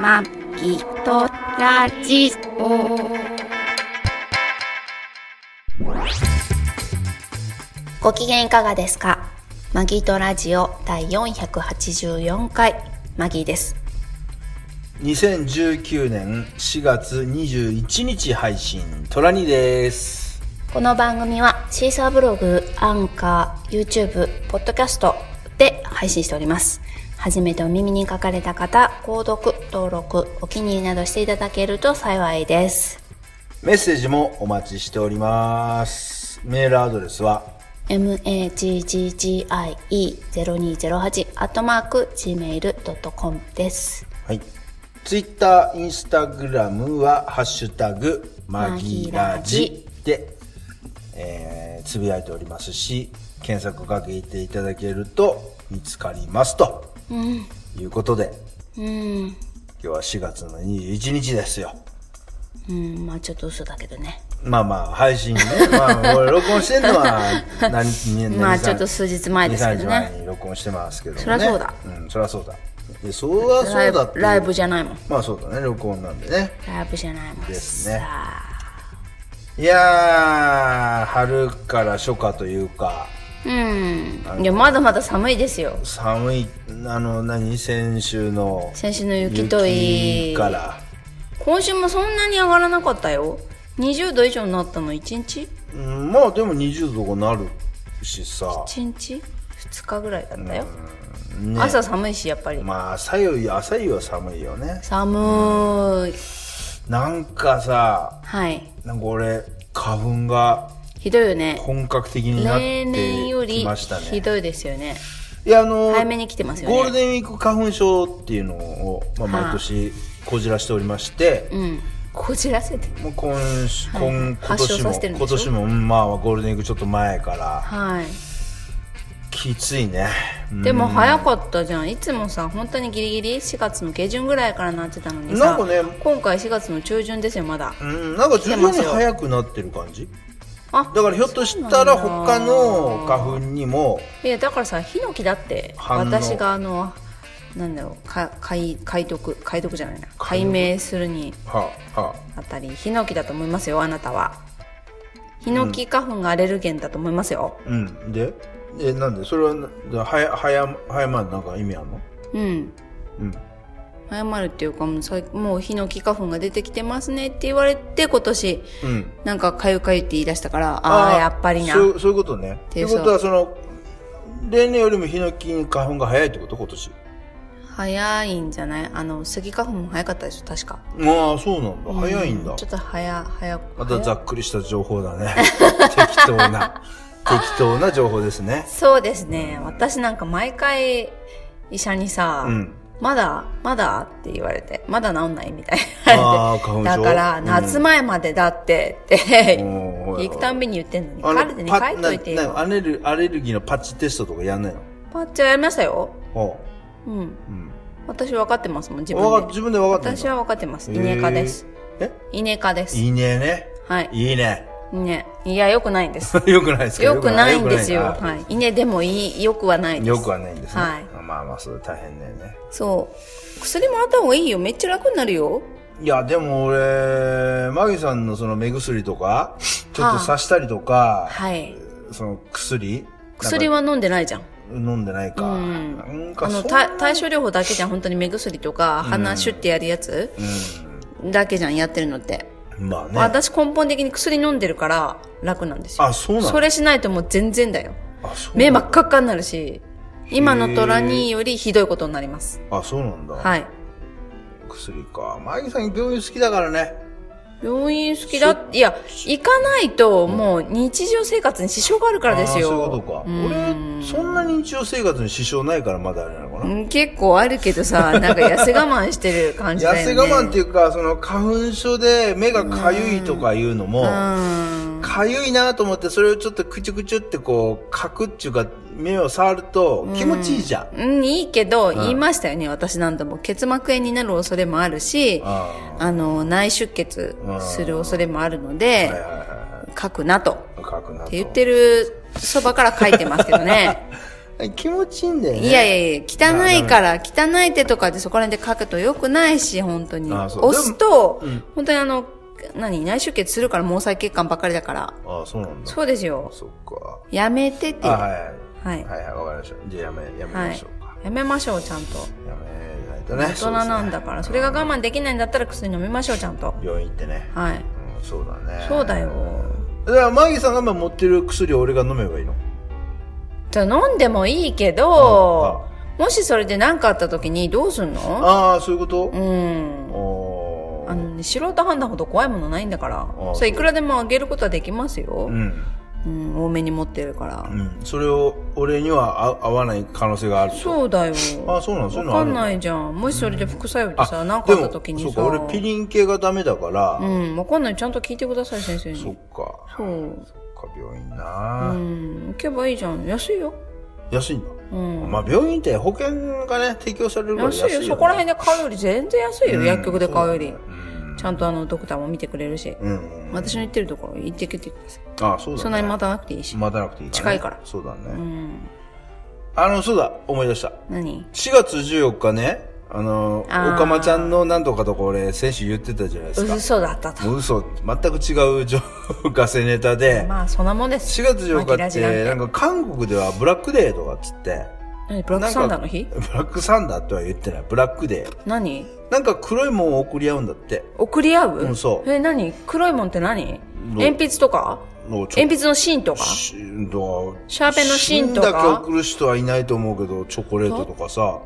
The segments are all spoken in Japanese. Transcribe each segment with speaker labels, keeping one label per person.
Speaker 1: まきとラジオ。ご機嫌いかがですかマギーとラジオ第484回、マギーです。
Speaker 2: 2019年4月21日配信トラニです
Speaker 1: この番組はシーサーブログ、アンカー、YouTube、ポッドキャストで配信しております。初めてお耳に書かかれた方、購読、登録、お気に入りなどしていただけると幸いです。
Speaker 2: メッセージもお待ちしておりますメールアドレスは
Speaker 1: maggie0208 アットマーク gmail.com です。
Speaker 2: はいツイッターインスタグラムは「ハッシュタグマギラジ」で、えーつぶやいておりますし検索かけていただけると見つかりますと、いうことで
Speaker 1: うん。
Speaker 2: 今日は4月の21日ですよ
Speaker 1: うん、まあちょっと嘘だけどね。
Speaker 2: まあまあ、配信ね。 まあ、俺録音してんのは何、2年
Speaker 1: まあちょっと数日前ですけどね
Speaker 2: 2、3日前に録音してますけどもね。
Speaker 1: そりゃそうだ。
Speaker 2: うん、そりゃそうだ。で、そりゃそうだって。
Speaker 1: ライブライブじゃないもん。
Speaker 2: まあそうだね、録音なんでね。
Speaker 1: ライブじゃないもん。
Speaker 2: ですね
Speaker 1: さあ
Speaker 2: いやー、春から初夏というか、
Speaker 1: うん。いや、まだまだ寒いですよ。
Speaker 2: 寒い、あの、何、先週の。
Speaker 1: 先週の雪といい
Speaker 2: 雪から。
Speaker 1: 今週もそんなに上がらなかったよ。20度以上になったの1日
Speaker 2: うんまあでも20度になるしさ。
Speaker 1: ?1 日 ?2 日ぐらいだったよ。
Speaker 2: ね
Speaker 1: 朝寒いし、やっぱり。
Speaker 2: まあ、朝より、朝よりは寒いよね。
Speaker 1: 寒い。
Speaker 2: なんかさ、
Speaker 1: はい。
Speaker 2: なんか俺花粉が
Speaker 1: ひどいよね。
Speaker 2: 本格的になっ
Speaker 1: 例年よ
Speaker 2: てき
Speaker 1: り
Speaker 2: ました
Speaker 1: ひ
Speaker 2: ね。
Speaker 1: どいですよね。
Speaker 2: いやあの
Speaker 1: 早めに来てますよね
Speaker 2: ゴールデンウィーク花粉症っていうのを、まあ、
Speaker 1: はい
Speaker 2: 毎年こじらしておりまして、
Speaker 1: うん。こじらせて。
Speaker 2: もう今し今今
Speaker 1: 発症
Speaker 2: 年
Speaker 1: さ
Speaker 2: も
Speaker 1: せてるんで
Speaker 2: 今
Speaker 1: しょ
Speaker 2: 年も、うんまあ、ゴールデンウィークちょっと前から
Speaker 1: はい。
Speaker 2: きついね。うん
Speaker 1: でも早かったじゃんいつもさ本当にギリギリ4月の下旬ぐらいからなってたのにさ
Speaker 2: なんかね
Speaker 1: 今回4月の中旬ですよまだ
Speaker 2: うん、なんか
Speaker 1: 来
Speaker 2: 徐々
Speaker 1: て
Speaker 2: に
Speaker 1: ますよ
Speaker 2: 早くなってる感じ
Speaker 1: あ
Speaker 2: だからひょっとしたら
Speaker 1: そうなんだ
Speaker 2: 他の花粉にも
Speaker 1: いやだからさヒノキだって
Speaker 2: 反応
Speaker 1: 私があのなんだろうか解解読解読じゃないな解明するに
Speaker 2: はあはあ
Speaker 1: あたりヒノキだと思いますよあなたはヒノキ花粉がアレルゲンだと思いますよ
Speaker 2: うんでえなんでそれはな早早早まるなんか意味あるの
Speaker 1: うん
Speaker 2: うん
Speaker 1: 早まるっていうかもうさもうヒノキ花粉が出てきてますねって言われて今年
Speaker 2: うん
Speaker 1: なんかかゆかゆって言い出したからああーやっぱりな
Speaker 2: そうそういうことね
Speaker 1: っ
Speaker 2: ってて
Speaker 1: い
Speaker 2: いううことはその例年よりもヒノキに花粉が早いってこと今年
Speaker 1: 早いんじゃないあのスギ花粉も早かったでしょ確か
Speaker 2: ああそうなんだ早いんだ
Speaker 1: ちょっと早早く
Speaker 2: またざっくりした情報 だね適当な適当な情報で すね
Speaker 1: そうですね私なんか毎回医者にさ、
Speaker 2: うん
Speaker 1: まだまだって言われてまだ治んないみたいな
Speaker 2: ああ花粉
Speaker 1: だ
Speaker 2: 症
Speaker 1: から夏前までだってって、
Speaker 2: うん
Speaker 1: 行くたんびに言ってんのに
Speaker 2: あの
Speaker 1: カルテに書いといて
Speaker 2: パな
Speaker 1: よ
Speaker 2: なアレルアレルギーのパッチテストとかやんないの
Speaker 1: パッチはやりましたよ
Speaker 2: おう
Speaker 1: うん
Speaker 2: うん
Speaker 1: 私分かってますもん自分
Speaker 2: わ
Speaker 1: で
Speaker 2: か自分で分かったんだ
Speaker 1: 私は分かってます稲科です
Speaker 2: え
Speaker 1: 稲科で
Speaker 2: ー
Speaker 1: す
Speaker 2: いいねね
Speaker 1: はい
Speaker 2: いいね
Speaker 1: ねいやよくないん です
Speaker 2: よくないですか
Speaker 1: よくないんですよ。
Speaker 2: 良くない
Speaker 1: はい。稲でもいい、よくはないです。
Speaker 2: よくはないんですね。
Speaker 1: はい
Speaker 2: まあまあ、それ大変だよね。
Speaker 1: そう。薬もらった方がいいよ。めっちゃ楽になるよ。
Speaker 2: いや、でも俺、マギさんのその目薬とか、ちょっと刺したりとか、
Speaker 1: はい。
Speaker 2: その薬
Speaker 1: 薬は
Speaker 2: は
Speaker 1: 飲んでないじゃん。
Speaker 2: 飲んでないか。
Speaker 1: うん
Speaker 2: なん
Speaker 1: あ
Speaker 2: か
Speaker 1: の、
Speaker 2: そん
Speaker 1: た対処療法だけじゃん。本当に目薬とか、鼻シュってやるやつだけじゃん。やってるのって。
Speaker 2: うん、まあね。
Speaker 1: 私根本的に薬飲んでるから楽なんですよ。
Speaker 2: あ、そうなの
Speaker 1: それしないともう全然だよ。
Speaker 2: あ、そう
Speaker 1: 目真っ赤っかになるし、今のトラニーよりひどいことになります。
Speaker 2: あ、そうなんだ。
Speaker 1: はい。
Speaker 2: 薬か。マギさん病院好きだからね。
Speaker 1: 病院好きだって、いや、行かないともう日常生活に支障があるからですよ。
Speaker 2: あーそういうことか。俺、そんなに日常生活に支障ないからまだあれなのかな。
Speaker 1: うん結構あるけど さ、なんか痩せ我慢してる感じだよね。
Speaker 2: 痩せ我慢って
Speaker 1: い
Speaker 2: いうか、その花粉症で目がかゆいとかいうのも、
Speaker 1: うん。
Speaker 2: かゆいなと思って、それをちょっとくちゅくちゅってこう、かくっていうか、目を触ると気持ちいいじゃん。
Speaker 1: うん、いいけど、言いましたよね、私何度も。結膜炎になる恐れもあるし、あ
Speaker 2: あ
Speaker 1: の、内出血する恐れもあるので
Speaker 2: あ、はい、はいは
Speaker 1: 書くなと。
Speaker 2: い。かくな
Speaker 1: っ
Speaker 2: と。
Speaker 1: て言ってるそばから書いてますけどね。
Speaker 2: 気持ちいいんだよね。
Speaker 1: いやいやいや、汚いから、汚い手とかでそこら辺で書くと良くないし、本当に。
Speaker 2: あ
Speaker 1: 押
Speaker 2: そう
Speaker 1: すと、
Speaker 2: でもうん
Speaker 1: 本当にあの、何、内出血するから毛細血管ばっかりだから。
Speaker 2: ああ、そうなんだ。
Speaker 1: そうですよ。
Speaker 2: そっか。
Speaker 1: やめてって。
Speaker 2: あは
Speaker 1: はい
Speaker 2: はい。
Speaker 1: い。
Speaker 2: はいはい、わかりました。じゃあやめ、やめましょうか。
Speaker 1: やめましょう、ちゃんと。
Speaker 2: やめないとね。
Speaker 1: 大人なんだから。そ
Speaker 2: そう
Speaker 1: れ
Speaker 2: ですね
Speaker 1: が我慢できないんだったら薬飲みましょう、ちゃんと。
Speaker 2: 病院行ってね。
Speaker 1: はい。
Speaker 2: うん、そうだね。
Speaker 1: そうだよ。
Speaker 2: だから、マギさんが今持ってる薬を俺が飲めばいいの
Speaker 1: じゃあ飲んでもいいけ
Speaker 2: うん
Speaker 1: ど、もしそれで何かあった時にどうすんの
Speaker 2: ああ、そういうこと
Speaker 1: うん。
Speaker 2: お
Speaker 1: あ
Speaker 2: ー
Speaker 1: のね、素人判断ほど怖いものないんだから、
Speaker 2: あ
Speaker 1: それいくらでもあげることはできますよ
Speaker 2: う。ん。
Speaker 1: うん、多めに持ってるから
Speaker 2: う。ん。それを、俺には合合わない可能性があると。う。
Speaker 1: そうだよ。
Speaker 2: あそうなのそういうのあ
Speaker 1: わか
Speaker 2: るの
Speaker 1: んないじゃん。もしそれで副作用でさ、
Speaker 2: あ、
Speaker 1: 何かあった時
Speaker 2: で
Speaker 1: に
Speaker 2: も
Speaker 1: さ。
Speaker 2: そうか、俺ピリン系がダメだから、
Speaker 1: うん、わかんない。ちゃんと聞いてください、先生
Speaker 2: そっ
Speaker 1: に。
Speaker 2: か。
Speaker 1: そう。
Speaker 2: そっか、病院
Speaker 1: う
Speaker 2: な、
Speaker 1: ん、行けばいいじゃん。安いよ。
Speaker 2: 安いんだ。
Speaker 1: うん。
Speaker 2: まあ、病院って保険がね、提供されるから安い
Speaker 1: 安
Speaker 2: よ、
Speaker 1: い
Speaker 2: ね。
Speaker 1: よ。そこら辺で買うより全然安いよ。
Speaker 2: うん
Speaker 1: 薬局で買うより
Speaker 2: そ。うん
Speaker 1: ちゃんとあの、ドクターも見てくれるし。
Speaker 2: うん。
Speaker 1: 私の言ってるところ行ってきてください。
Speaker 2: あ、そうだ、ね。
Speaker 1: そんなに待たなくていいし。
Speaker 2: 待たなくていいから、ね。
Speaker 1: 近いから
Speaker 2: そうだね。
Speaker 1: うん。
Speaker 2: あの、そうだ、思い出した。
Speaker 1: 何
Speaker 2: 4月14日ね、あの、
Speaker 1: あー
Speaker 2: おかまちゃんのなんとかとか俺、選手言ってたじゃないですか。
Speaker 1: 嘘だったと。
Speaker 2: もう嘘、全く違う情報ガセネタで、
Speaker 1: まあ、そんなもんです。
Speaker 2: 4月14日
Speaker 1: マ
Speaker 2: っ
Speaker 1: キラジ
Speaker 2: て、
Speaker 1: な
Speaker 2: なんんか韓国ではブラックデーとかっつって、
Speaker 1: 何ブラックサンダーの日
Speaker 2: ブラックサンダーとは言ってない、ブラックデー。
Speaker 1: 何
Speaker 2: なんか黒いもんを送り合うんだって。
Speaker 1: 送り合う、
Speaker 2: うんそう
Speaker 1: え、何黒いもんって何
Speaker 2: どう
Speaker 1: 鉛筆とか
Speaker 2: の
Speaker 1: 鉛筆の芯とか
Speaker 2: シー
Speaker 1: シャーペンの芯とか
Speaker 2: だけ送る人はいないと思うけど、チョコレートとかさ、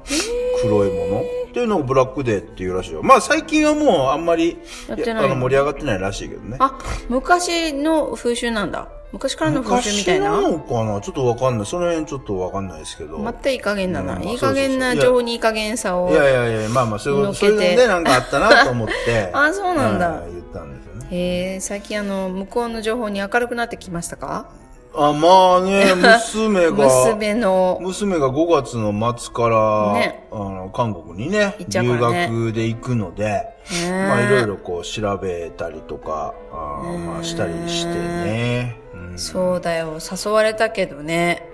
Speaker 2: 黒いものっていうのをブラックデーっていうらしいよ。まあ最近はもうあんまり、
Speaker 1: やってない
Speaker 2: あの盛り上がってないらしいけどね。
Speaker 1: あ、昔の風習なんだ。昔からの風習みたい
Speaker 2: 昔
Speaker 1: な。
Speaker 2: のかなちょっとわかんない。その辺ちょっとわかんないですけど。
Speaker 1: またいい加減だな。
Speaker 2: うん
Speaker 1: いい加減な
Speaker 2: そうそうそう
Speaker 1: 情報にいい加減さを
Speaker 2: い。やいやいや、まあまあ、そういう
Speaker 1: の
Speaker 2: こ
Speaker 1: っ
Speaker 2: と、
Speaker 1: け
Speaker 2: そ
Speaker 1: て
Speaker 2: ういうのでなんかあったなと思って。
Speaker 1: あそうなんだ
Speaker 2: はい言ったんですよね。
Speaker 1: へえ、最近あの、向こうの情報に明るくなってきましたか
Speaker 2: あ、まあね、娘が。
Speaker 1: 娘の。
Speaker 2: 娘が5月の末から、
Speaker 1: ね
Speaker 2: あの韓国にね
Speaker 1: 行っちゃう
Speaker 2: 留
Speaker 1: からね
Speaker 2: 学で行くので、
Speaker 1: ねえ
Speaker 2: まあいろいろこう調べたりとか、あーまあしたりしてね。うん
Speaker 1: そうだよ。誘われたけどね。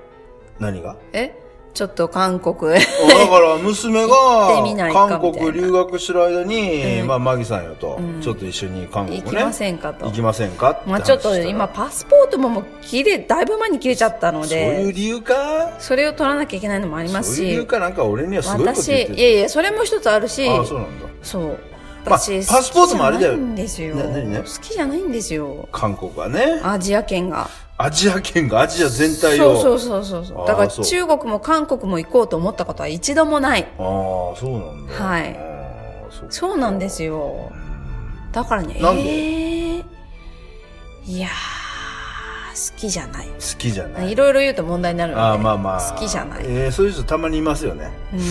Speaker 2: 何が
Speaker 1: えちょっと韓国へ。
Speaker 2: あだから娘
Speaker 1: 行ってみな
Speaker 2: が
Speaker 1: いかみた
Speaker 2: 韓
Speaker 1: いな
Speaker 2: 国留学してる間に、
Speaker 1: うん
Speaker 2: まあマギさんよと、
Speaker 1: うん
Speaker 2: ちょっと一緒に韓国
Speaker 1: 行
Speaker 2: ね
Speaker 1: きませんかと
Speaker 2: 行。きませんかって
Speaker 1: まあ
Speaker 2: 話
Speaker 1: ちょっ
Speaker 2: した
Speaker 1: と
Speaker 2: ら
Speaker 1: 今パスポートももう切れ、だいぶ前に切れちゃったの
Speaker 2: そう
Speaker 1: で。
Speaker 2: いう理由か
Speaker 1: それを取らなきゃいけないのもあります
Speaker 2: そういう理由
Speaker 1: し、
Speaker 2: かなんか俺にはすごいこと
Speaker 1: 私、い
Speaker 2: 言っ
Speaker 1: や
Speaker 2: て
Speaker 1: いや、それも一つあるし、
Speaker 2: ああそうなんだ
Speaker 1: そう。
Speaker 2: まあ
Speaker 1: 私、
Speaker 2: パスポートもあれだよ
Speaker 1: 好きじゃないんですよ。
Speaker 2: な何ね
Speaker 1: 好きじゃないんですよ。
Speaker 2: 韓国はね
Speaker 1: アジア圏が。
Speaker 2: アジア圏がアジア全体
Speaker 1: そ
Speaker 2: を
Speaker 1: うそうそうそうそ
Speaker 2: あ
Speaker 1: う。
Speaker 2: あ
Speaker 1: だから
Speaker 2: そう
Speaker 1: 中国も韓国も行こうと思ったことは一度もない。
Speaker 2: ああそうなんだ
Speaker 1: はい
Speaker 2: あーそっか
Speaker 1: そうなんですよ。だからね、
Speaker 2: なんで
Speaker 1: えーいやー、好きじゃない。
Speaker 2: 好きじゃない
Speaker 1: いろいろ言うと問題になるので。
Speaker 2: ああまあまあ
Speaker 1: 好きじゃない。
Speaker 2: えーそういう人たまにいますよね、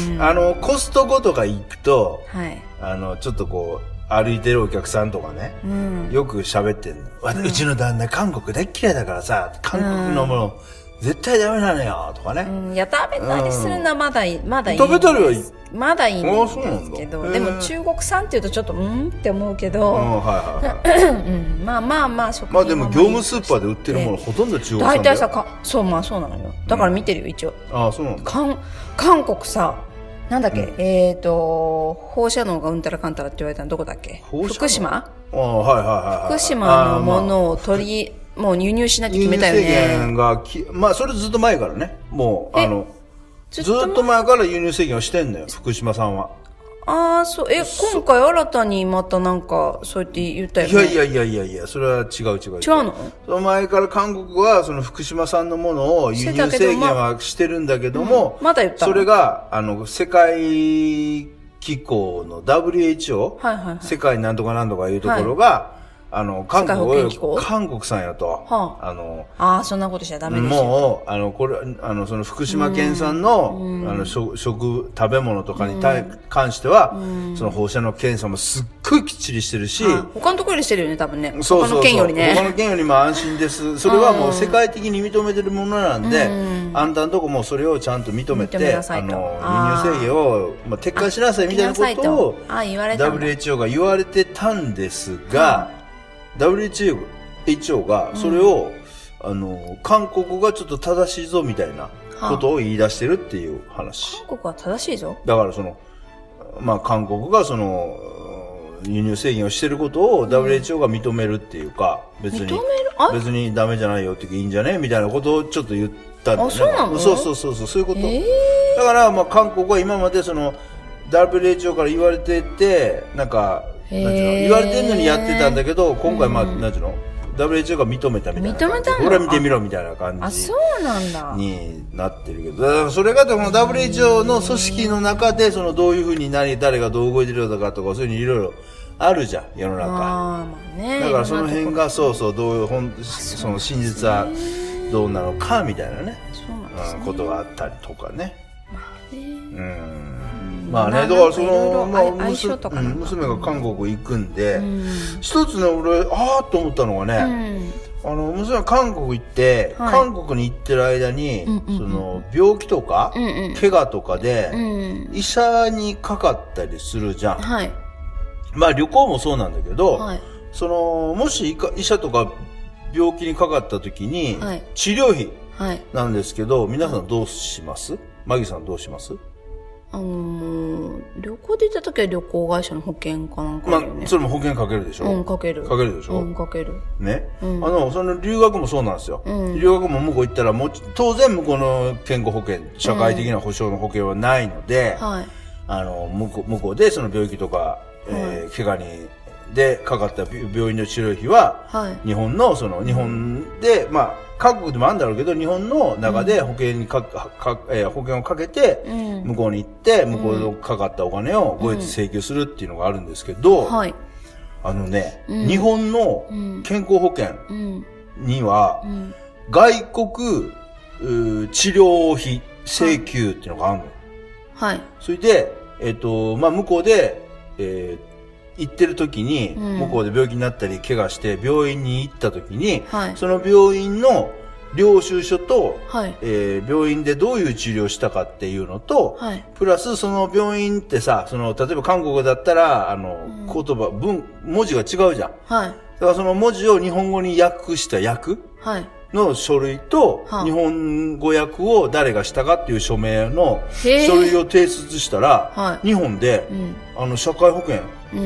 Speaker 1: うん。
Speaker 2: あのコストコとか行くと
Speaker 1: はい。
Speaker 2: あのちょっとこう歩いてるお客さんとかね
Speaker 1: うん。
Speaker 2: よく喋ってんの、わうちの旦那韓国大っ嫌いだからさ韓国のもの、絶対ダメなのよとかね、
Speaker 1: うん、いや、食べたりするのはまだいい、まだいい。
Speaker 2: 食べたりはいい。
Speaker 1: まだいいん
Speaker 2: あ
Speaker 1: で
Speaker 2: あそうなん
Speaker 1: す
Speaker 2: だ
Speaker 1: け
Speaker 2: へ
Speaker 1: ど、
Speaker 2: え
Speaker 1: でも中国産っていうとちょっと、うんって思うけ
Speaker 2: うん
Speaker 1: ど、
Speaker 2: はいはいはい
Speaker 1: うん、まあまあまあ、食品
Speaker 2: まあでも業務スーパー
Speaker 1: で。
Speaker 2: で売ってるものほとんど中国
Speaker 1: 大
Speaker 2: 産だよ
Speaker 1: 体さ、か、そうまあそうなのよ。だから見てるよ、一応。
Speaker 2: ああそうなんだ
Speaker 1: 韓、韓国さ、なんだっけ、えーと、放射能がうんたらかんたらって言われたのどこだっけ
Speaker 2: 放射能
Speaker 1: 福島
Speaker 2: ああはいはいはいはい
Speaker 1: 福島のも
Speaker 2: を
Speaker 1: のを取り、もう輸入しないって
Speaker 2: 輸
Speaker 1: 決
Speaker 2: 入
Speaker 1: めたよ
Speaker 2: 制
Speaker 1: ね。
Speaker 2: 限がき、まあそれずっと前からね、もう、
Speaker 1: え
Speaker 2: あの、ずっと前から輸入制限をしてんのよ、福島さんは。
Speaker 1: ああ、そう、え、今回新たにまたなんか、そうやって言ったよ
Speaker 2: い
Speaker 1: ね。
Speaker 2: やいやいやいやいや、それは違う違う違う。
Speaker 1: 違うの
Speaker 2: その前から韓国は、その福島産のものを輸入制限はしてるんだけども、
Speaker 1: まだ言ったの
Speaker 2: それが、あの、世界機構の WHO、
Speaker 1: はいはいはい
Speaker 2: 世界なんとかなんとかいうところが、あの、韓国
Speaker 1: 世界保健機構
Speaker 2: を、韓国産やと、
Speaker 1: はあ
Speaker 2: あの、
Speaker 1: ああ、そんなことしちゃダメですよ。
Speaker 2: もう、あの、これ、あの、その福島県産の、あの、食、食、食べ物とかに対、関しては、その放射能検査もすっごいきっちりしてるし、
Speaker 1: あ他のところよりしてるよね、多分ね。
Speaker 2: そうそう
Speaker 1: 他
Speaker 2: そう
Speaker 1: の県より
Speaker 2: 他の
Speaker 1: ね。
Speaker 2: 県よりも安心です。それはもう世界的に認めてるものなんで、あんたんとこもそれをちゃんと認めて、
Speaker 1: 認めなさ
Speaker 2: あ
Speaker 1: いと
Speaker 2: の、輸入制限を、まあ、撤回しなさいみたいなことを
Speaker 1: あ、あ言われたんだ
Speaker 2: WHO が言われてたんですが、WHO がそれを、あの、韓国がちょっと正しいぞみたいなことを言い出してるっていう話。
Speaker 1: 韓国は正しいぞ。
Speaker 2: だからその、まあ韓国がその、うん輸入制限をしてることを WHO が認めるっていうか、別に
Speaker 1: 認めるあ、
Speaker 2: 別にダメじゃないよっていいんじゃねみたいなことをちょっと言ったんだよね。
Speaker 1: あそうなの
Speaker 2: そうそうそうそう、そういうこと。
Speaker 1: ええ
Speaker 2: だから、まあ、韓国は今までその WHO から言われててなんかなんていうの
Speaker 1: へー
Speaker 2: 言われてるのにやってたんだけど今回、まあなんていうの WHO が認めたみたいな感じ
Speaker 1: 認めたの
Speaker 2: これは見てみろみたいな感
Speaker 1: あ、
Speaker 2: じ
Speaker 1: そうなんだ。
Speaker 2: になってるけどだからそれがでも WHO の組織の中でそのどういうふうに何誰がどう動いてるのかとかそういうのいろいろあるじゃん世の
Speaker 1: あー
Speaker 2: 中。
Speaker 1: まあね。
Speaker 2: だからその
Speaker 1: いろん
Speaker 2: 辺
Speaker 1: なと
Speaker 2: がそうそうどういう本その真実はどうなのかみたいなね、
Speaker 1: こ。そうなんです
Speaker 2: うん、
Speaker 1: ね。
Speaker 2: ことがあったりとかね。
Speaker 1: ね
Speaker 2: うんまあね、
Speaker 1: まあ
Speaker 2: だからそ
Speaker 1: なんかいろいろ
Speaker 2: の、まあ、
Speaker 1: 相
Speaker 2: 娘
Speaker 1: 相性とかなんか
Speaker 2: うん娘が韓国行くんで、
Speaker 1: うん
Speaker 2: 一つね、俺、ああと思ったのが
Speaker 1: う
Speaker 2: ね、
Speaker 1: ん。
Speaker 2: あの、娘が韓国行って、
Speaker 1: はい
Speaker 2: 韓国に行ってる間に、
Speaker 1: うんうんうん
Speaker 2: その、病気とか、
Speaker 1: うんうん
Speaker 2: 怪我とかで、
Speaker 1: うん。
Speaker 2: 医者にかかったりするじゃん。
Speaker 1: はい。
Speaker 2: まあ旅行もそうなんだけど、
Speaker 1: はい。
Speaker 2: その、もしいか医者とか病気にかかった時に、
Speaker 1: はい
Speaker 2: 治療費
Speaker 1: はい。
Speaker 2: なんですけど、皆さんどうしますマギさんどうします
Speaker 1: あのー、旅行で行った時は旅行会社の保険かなんか
Speaker 2: ま
Speaker 1: だ
Speaker 2: あ
Speaker 1: よね、。
Speaker 2: それも保険かけるでしょ
Speaker 1: うん、かける。
Speaker 2: かけるでしょ
Speaker 1: うん、かける。
Speaker 2: ね、
Speaker 1: うん
Speaker 2: あのその留学もそうなんですよ、
Speaker 1: うん
Speaker 2: 留学も向こう行ったらもう当然向こうの健康保険社会的な保障の保険はないので、
Speaker 1: はい。
Speaker 2: あの向こう向こうでその病気とか、えー怪我にでかかった病病院の治療費は、
Speaker 1: はい。
Speaker 2: 日本のその日本で、まあ韓国でもあるんだろうけど日本の中で保険にかか、えー保険をかけて、
Speaker 1: うん
Speaker 2: 向こうに行って向こうのかかったお金を後日請求するっていうのがあるんですけど、
Speaker 1: はい。
Speaker 2: あのね、
Speaker 1: うん
Speaker 2: 日本の
Speaker 1: うん
Speaker 2: 健康保険
Speaker 1: うん。
Speaker 2: には
Speaker 1: う、ん。
Speaker 2: 外国うー治療費請求っていうのがあるの。
Speaker 1: はい。
Speaker 2: それで、えっ、と、まあ、向こうで、えー行ってる時に、
Speaker 1: うん
Speaker 2: 向こうで病気になったり怪我して病院に行った時に、
Speaker 1: はい。
Speaker 2: その病院の領収書と、
Speaker 1: はい。
Speaker 2: えー病院でどういう治療したかっていうのと、
Speaker 1: はい。
Speaker 2: プラス、その病院ってさ、その、例えば韓国だったら、あの、
Speaker 1: ん
Speaker 2: 言葉、文、文字が違うじゃん。
Speaker 1: はい。
Speaker 2: だからその文字を日本語に訳した訳
Speaker 1: はい。
Speaker 2: の書類と
Speaker 1: は、あ
Speaker 2: 日本語訳を誰がしたかっていう署名の
Speaker 1: へえ
Speaker 2: 書類を提出した
Speaker 1: は
Speaker 2: ら、
Speaker 1: い
Speaker 2: 日本で
Speaker 1: う、ん。
Speaker 2: あの、社会保険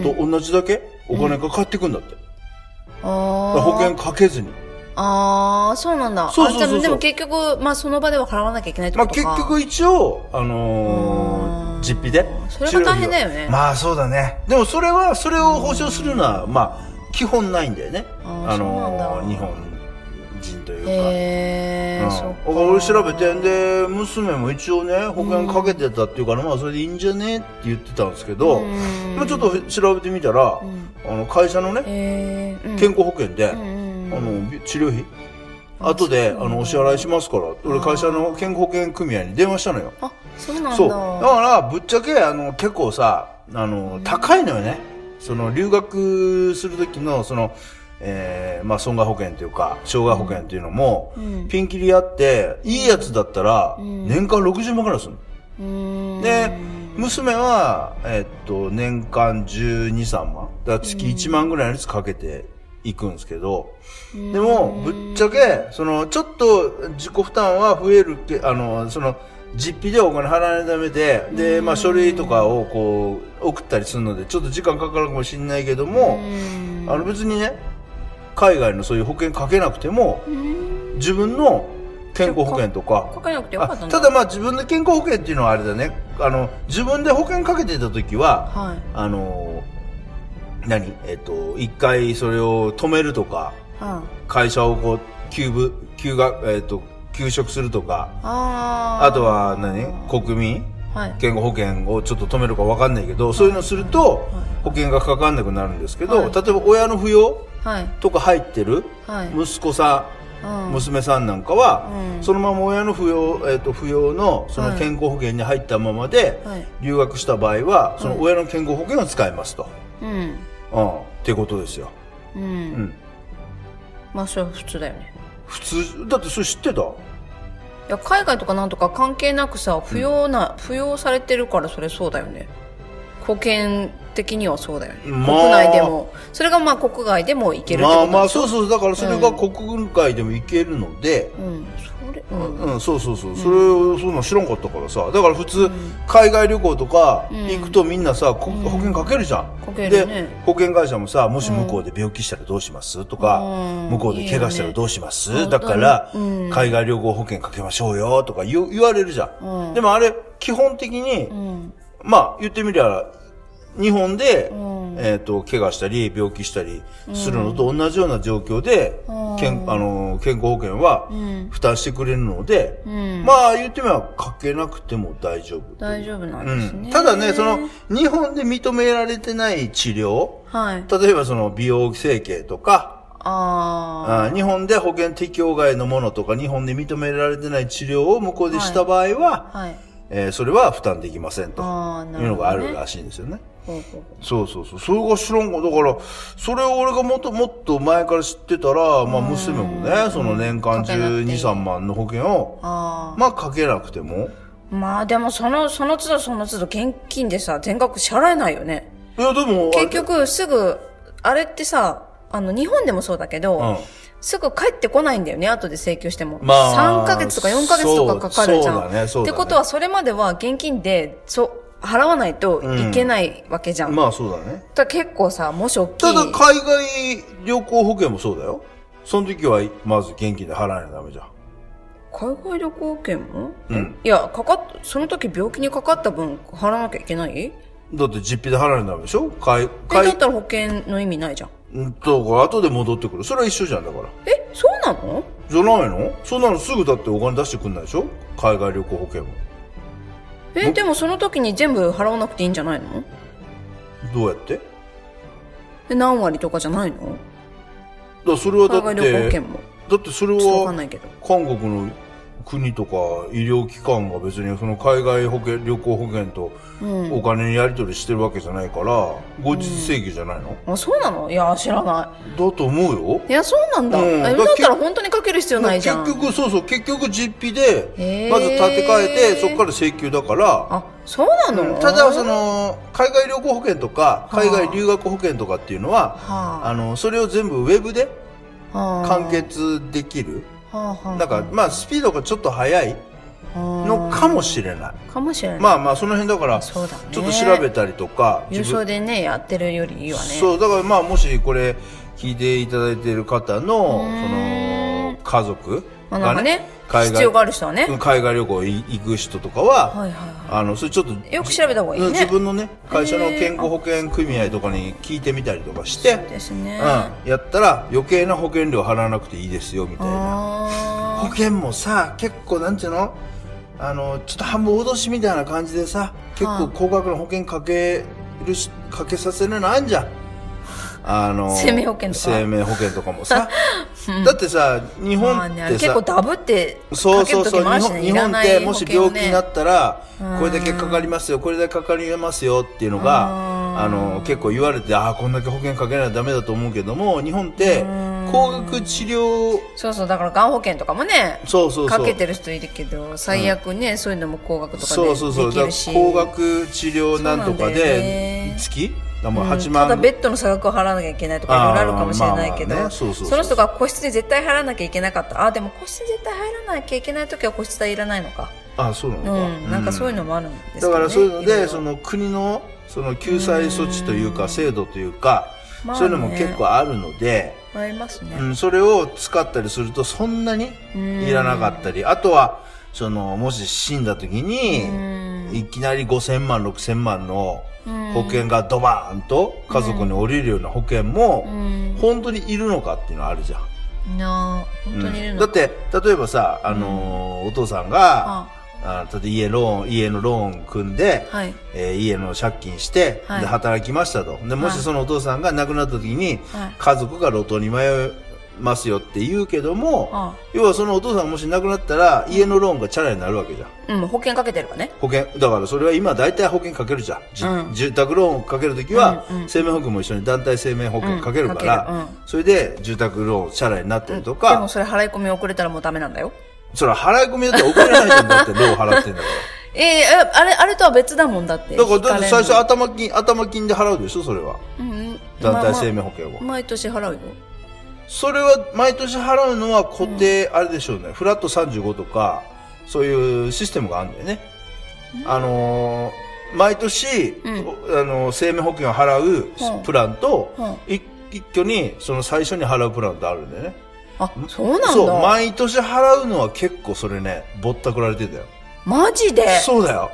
Speaker 2: と同じだけお金が返ってくんだって。だから
Speaker 1: ああ。
Speaker 2: 保険。かけずに。
Speaker 1: ああ、そうなんだ。
Speaker 2: そうそうそうそ
Speaker 1: あで
Speaker 2: う
Speaker 1: もでも結局、まあその場では払わなきゃいけないって
Speaker 2: ま
Speaker 1: こと
Speaker 2: あ結
Speaker 1: か。
Speaker 2: 局一応、あ
Speaker 1: う
Speaker 2: のー
Speaker 1: ん
Speaker 2: 実費で。
Speaker 1: それが大変だよね
Speaker 2: まあそうだね。でもそれは、それを保証するのは、まあ、基本ないんだよね。
Speaker 1: あーそうなんだ
Speaker 2: 日本人というか。
Speaker 1: へえ、そっか。
Speaker 2: 俺調べてんで娘も一応ね保険かけてたっていうから、まあそれでいいんじゃねって言ってたんですけど、
Speaker 1: うん
Speaker 2: まあ、ちょっと調べてみたら、あの会社のね
Speaker 1: へえ。うん
Speaker 2: 健康保険で、
Speaker 1: うん
Speaker 2: あ
Speaker 1: うん
Speaker 2: のび治療費後であのお支払いしますから俺会社の健康保険組合に電話したのよ
Speaker 1: あ、そうなんだ。
Speaker 2: そうだからぶっちゃけあの結構さあの高いのよねその留学する時のその、えーまあ、損害保険というか障害保険っていうのも、
Speaker 1: うん
Speaker 2: ピンキリあっていいやつだったら
Speaker 1: うん
Speaker 2: 年間60万ぐらいするの、
Speaker 1: うーん。
Speaker 2: で娘は、えっと年間123万だから月1万ぐらいのやつかけていくんですけど、
Speaker 1: うん
Speaker 2: でも、ぶっちゃけ、その、ちょっと自己負担は増えるけ、あの、その、実費でお金払わないためで、で、まあ、書類とかをこう、送ったりするので、ちょっと時間かかるかもしれないけども、
Speaker 1: うん
Speaker 2: あの、別にね、海外のそういう保険かけなくても、
Speaker 1: うん
Speaker 2: 自分の健康保険とか、
Speaker 1: かけなくてよかったんだ。
Speaker 2: あただまあ、自分の健康保険っていうのはあれだね、あの、自分で保険かけてた時は、
Speaker 1: はい。
Speaker 2: あの、何えっと、一回それを止めるとか、
Speaker 1: うん。
Speaker 2: 会社をこう休部休学えっ、と休職するとか
Speaker 1: あー
Speaker 2: あとは何国民
Speaker 1: はい。
Speaker 2: 健康保険をちょっと止めるかわかんないけどそういうのすると保険がかかんなくなるんですけど、
Speaker 1: はい
Speaker 2: 例えば親の扶養
Speaker 1: はい。
Speaker 2: とか入ってる
Speaker 1: はい。
Speaker 2: 息子さん、
Speaker 1: うん
Speaker 2: 娘さんなんかは、
Speaker 1: うん
Speaker 2: そのまま親の扶養、えっと扶養のその
Speaker 1: はい
Speaker 2: 健康保険に入ったままで
Speaker 1: はい
Speaker 2: 留学した場合はその親の健康保険を使いますと、
Speaker 1: うん。
Speaker 2: うん、ってことですよ、
Speaker 1: う。
Speaker 2: うんん、
Speaker 1: まあ、それは普通だよね。
Speaker 2: 普通だってそれ知ってた
Speaker 1: いや、海外とかなんとか関係なくさ、扶養な、扶養されてるからそれそうだよね。保険的にはそうだよね、
Speaker 2: まあ
Speaker 1: 国内でもそれがまあ国外でもいけるって
Speaker 2: ま
Speaker 1: こ
Speaker 2: あ
Speaker 1: と
Speaker 2: まあ
Speaker 1: でしょ
Speaker 2: そうそうだからそれが国外でもいけるので、
Speaker 1: うんそれうん
Speaker 2: うん、そうそうそう、それをそんなの知らんかったからさだから普通海外旅行とか行くとみんなさ、こ保険かけるじゃん、
Speaker 1: かけ
Speaker 2: で
Speaker 1: るね
Speaker 2: 保険会社もさもし向こうで病気したらどうしますとか、
Speaker 1: うん
Speaker 2: 向こうで怪我したらどうします、
Speaker 1: いいよね
Speaker 2: だから、
Speaker 1: うん
Speaker 2: 海外旅行保険かけましょうよとか言う言われるじゃん、
Speaker 1: うん
Speaker 2: でもあれ基本的に、
Speaker 1: うん
Speaker 2: まあ言ってみりゃ日本で、
Speaker 1: うん
Speaker 2: えっ、と、怪我したり、病気したりするのと同じような状況で、
Speaker 1: うん
Speaker 2: 健あの健康保険は
Speaker 1: うん
Speaker 2: 負担してくれるので、
Speaker 1: うん
Speaker 2: まあ言ってみればかけなくても大丈夫。
Speaker 1: 大丈夫なん
Speaker 2: う
Speaker 1: ですね、
Speaker 2: ん、ただね、その、日本で認められてない治療、
Speaker 1: はい
Speaker 2: 例えばその美容整形とか、
Speaker 1: あ
Speaker 2: あー日本で保険適用外のものとか、日本で認められてない治療を向こうでした場合は、
Speaker 1: あはい
Speaker 2: えーそれは負担できませんと
Speaker 1: あー
Speaker 2: い
Speaker 1: な
Speaker 2: う
Speaker 1: る
Speaker 2: の
Speaker 1: ほどね
Speaker 2: があるらしいんですよね。
Speaker 1: ほうほうほ
Speaker 2: そうそうそう。それが知らんか。だから、それを俺がもっともっと前から知ってたら、まあ娘もね、その年間
Speaker 1: かけなくてい
Speaker 2: 12、
Speaker 1: い
Speaker 2: 3万の保険を
Speaker 1: う、あ
Speaker 2: まあかけなくても。
Speaker 1: あまあでもそのその都度その都度現金でさ全額支払えないよね
Speaker 2: いや、でも、あれ
Speaker 1: 結局すぐあれってさあの日本でもそうだけど、
Speaker 2: うん
Speaker 1: すぐ帰ってこないんだよね後で請求しても、
Speaker 2: まあ
Speaker 1: 3ヶ月とか4ヶ月とかかかるじゃん
Speaker 2: そうそうだねそうだ
Speaker 1: っ
Speaker 2: ね
Speaker 1: てことはそれまでは現金でそ払わないといけないわけじゃん、
Speaker 2: まあそうだね。
Speaker 1: だから結構さもし大きい
Speaker 2: ただ海外旅行保険もそうだよ。その時はまず現金で払わないとダメじゃん。
Speaker 1: 海外旅行券も、
Speaker 2: うん
Speaker 1: いやかかっその時病気にかかった分払わなきゃいけない
Speaker 2: だって実費で払わないとダメでしょ海、
Speaker 1: えだっ
Speaker 2: 海、
Speaker 1: たら保険の意味ないじゃん
Speaker 2: うんと、これ後で戻ってくる。それは一緒じゃんだから。
Speaker 1: えそうなの
Speaker 2: じゃないのそんなのすぐだってお金出してくんないでしょ海外旅行保険も。
Speaker 1: えでもその時に全部払わなくていいんじゃないの
Speaker 2: どうやってだか
Speaker 1: え何割とかじゃないの
Speaker 2: らそれはだ
Speaker 1: 海
Speaker 2: っ
Speaker 1: 外旅行保
Speaker 2: て
Speaker 1: 険、も
Speaker 2: だってそれ
Speaker 1: ちょっとわかんな
Speaker 2: はい
Speaker 1: けど
Speaker 2: 韓国の国とか医療機関が別にその海外保険、旅行保険と
Speaker 1: うん
Speaker 2: お金やり取りしてるわけじゃないから、後日請求じゃないの、
Speaker 1: あそうなのいや知らない
Speaker 2: だと思うよ。
Speaker 1: いや、そうなんだ。
Speaker 2: うん
Speaker 1: え
Speaker 2: だ
Speaker 1: だ
Speaker 2: から
Speaker 1: ったら本当にかける必要ないじゃん。
Speaker 2: 結局、そうそう、結局実費で
Speaker 1: へ、ー
Speaker 2: まず立て替えて、そこから請求だから、
Speaker 1: あ、そうなの、
Speaker 2: ただ、そ、の、海外旅行保険とか、海外留学保険とかっていうの
Speaker 1: は
Speaker 2: は、
Speaker 1: あ
Speaker 2: あの、それを全部ウェブで
Speaker 1: はあ、
Speaker 2: 完結できる。
Speaker 1: はあ、はあ、
Speaker 2: だから、まあ、スピードがちょっと速いの
Speaker 1: の
Speaker 2: かもしれない。
Speaker 1: かもしれない。
Speaker 2: まあまあ、その辺だから、ちょ
Speaker 1: そう
Speaker 2: っ
Speaker 1: だね
Speaker 2: と調べたりとか、
Speaker 1: 郵送でね、やってるよりいいわね。
Speaker 2: そう、だからまあ、もしこれ、聞いていただいている方の、
Speaker 1: う
Speaker 2: そ
Speaker 1: ーん
Speaker 2: の、家族
Speaker 1: まあ、なん
Speaker 2: が
Speaker 1: かね
Speaker 2: ね、、海
Speaker 1: 必要があ
Speaker 2: 外、
Speaker 1: る人はね。
Speaker 2: うん海外旅行い行く人とかは、
Speaker 1: はいはいは
Speaker 2: あの、それちょっと、
Speaker 1: よく調べた方がいいね
Speaker 2: うん自分のね、会社の健康保険組合とかに聞いてみたりとかして、
Speaker 1: い。ですね。
Speaker 2: うん、やったら余計な保険料払わなくていいですよみたいな保
Speaker 1: あ
Speaker 2: 険もさ結構なんていうのあのちょっと半分脅しみたいな感じでさ結構高額な保険かけるしかけさせるのあんじゃんあの
Speaker 1: 生命保険とか
Speaker 2: 生命保険とか もさ、だってさ日
Speaker 1: ーまあ
Speaker 2: 本っ
Speaker 1: ね
Speaker 2: て
Speaker 1: 結
Speaker 2: さ、
Speaker 1: 構ダブって
Speaker 2: そ
Speaker 1: か
Speaker 2: う
Speaker 1: け
Speaker 2: そ
Speaker 1: る
Speaker 2: うそ
Speaker 1: 時
Speaker 2: う
Speaker 1: もあるしね。
Speaker 2: 日本日本ってもし病気にな
Speaker 1: て、
Speaker 2: ったら
Speaker 1: うん
Speaker 2: これだけかかりますよこれだけかかりますよっていうのが
Speaker 1: うん
Speaker 2: あの結構言われてああこんだけ保険かけないとダメだと思うけども日本って
Speaker 1: うん
Speaker 2: 高額治療
Speaker 1: そうそう、だからがん保険とかもね、
Speaker 2: そうそうそう
Speaker 1: かけてる人いるけど、最悪ね、そういうのも高額とかで
Speaker 2: そうそうそう
Speaker 1: でき
Speaker 2: だか
Speaker 1: る
Speaker 2: ら
Speaker 1: し。
Speaker 2: 高額治療なんとか
Speaker 1: そうなんだよね
Speaker 2: で月だからもう
Speaker 1: うん
Speaker 2: 8万
Speaker 1: ただベッドの差額を払わなきゃいけないとかいろいろあるかもしれないけど、
Speaker 2: あーまあまあねそうそうそう
Speaker 1: の人が個室に絶対入らなきゃいけなかったあーでも個室に絶対入らなきゃいけない時は個室代いらないのか
Speaker 2: あそうなの
Speaker 1: う
Speaker 2: か、
Speaker 1: ん、なんかそういううのもあるんですけど、ね、
Speaker 2: だからそういうの
Speaker 1: ろろ
Speaker 2: でその国のその救済措置というか制度というか
Speaker 1: まあね
Speaker 2: そういうのも結構あるので、
Speaker 1: ありますね、
Speaker 2: うん、それを使ったりするとそんなにいらなかったり、あとはそのもし死んだ時に、
Speaker 1: うん
Speaker 2: いきなり5000万6000万の保険がドバーンと家族に降りるような保険も、
Speaker 1: うん
Speaker 2: 本当にいるのかっていうのはあるじゃん。
Speaker 1: なあ本当にいる
Speaker 2: うん
Speaker 1: の
Speaker 2: だ
Speaker 1: か、
Speaker 2: って例えばさ、あのーお父さんが
Speaker 1: あ
Speaker 2: あ例えば家ローン家のローン組んで、
Speaker 1: はい
Speaker 2: えー家の借金して、
Speaker 1: はい
Speaker 2: で働きましたとでも
Speaker 1: は
Speaker 2: し
Speaker 1: い
Speaker 2: そのお父さんが亡くなった時に、
Speaker 1: はい
Speaker 2: 家族が路頭に迷いますよって言うけども、
Speaker 1: あ
Speaker 2: 要はそのお父さんがもし亡くなったら家のローンがチャラになるわけじゃん
Speaker 1: うん保険かけてるわね
Speaker 2: 保険だからそれは今大体保険かけるじゃん、じ
Speaker 1: うん
Speaker 2: 住宅ローンをかけるときは
Speaker 1: うんうん
Speaker 2: 生命保険も一緒に団体生命保険かけるから、
Speaker 1: うんかける
Speaker 2: それで住宅ローンチャラになったりと
Speaker 1: で
Speaker 2: か、
Speaker 1: もそれ払い込み遅れたらもうダメなんだよ
Speaker 2: それ払い込みだって送れないじゃんだってローン払ってんだから
Speaker 1: ええあれ、あれとは別だもんだって。
Speaker 2: だからだって最初
Speaker 1: 引かれんの
Speaker 2: 頭金頭金で払うでしょそれは
Speaker 1: うんうん
Speaker 2: 団
Speaker 1: まあ
Speaker 2: 体
Speaker 1: まあ
Speaker 2: 生命保険は、
Speaker 1: 毎年払うよ。
Speaker 2: それは毎年払うのは固定、あれでしょうねフラット35とかそういうシステムがあるんだよね、あのー毎年、あのー生命保険を払
Speaker 1: ほう
Speaker 2: うプランと、
Speaker 1: ほ
Speaker 2: 一一挙にその最初に払うプランってあるんだよね
Speaker 1: あ、そうなん
Speaker 2: そう
Speaker 1: だ。
Speaker 2: 毎年払うのは結構それねぼったくられてたよ
Speaker 1: マジで
Speaker 2: そうだよ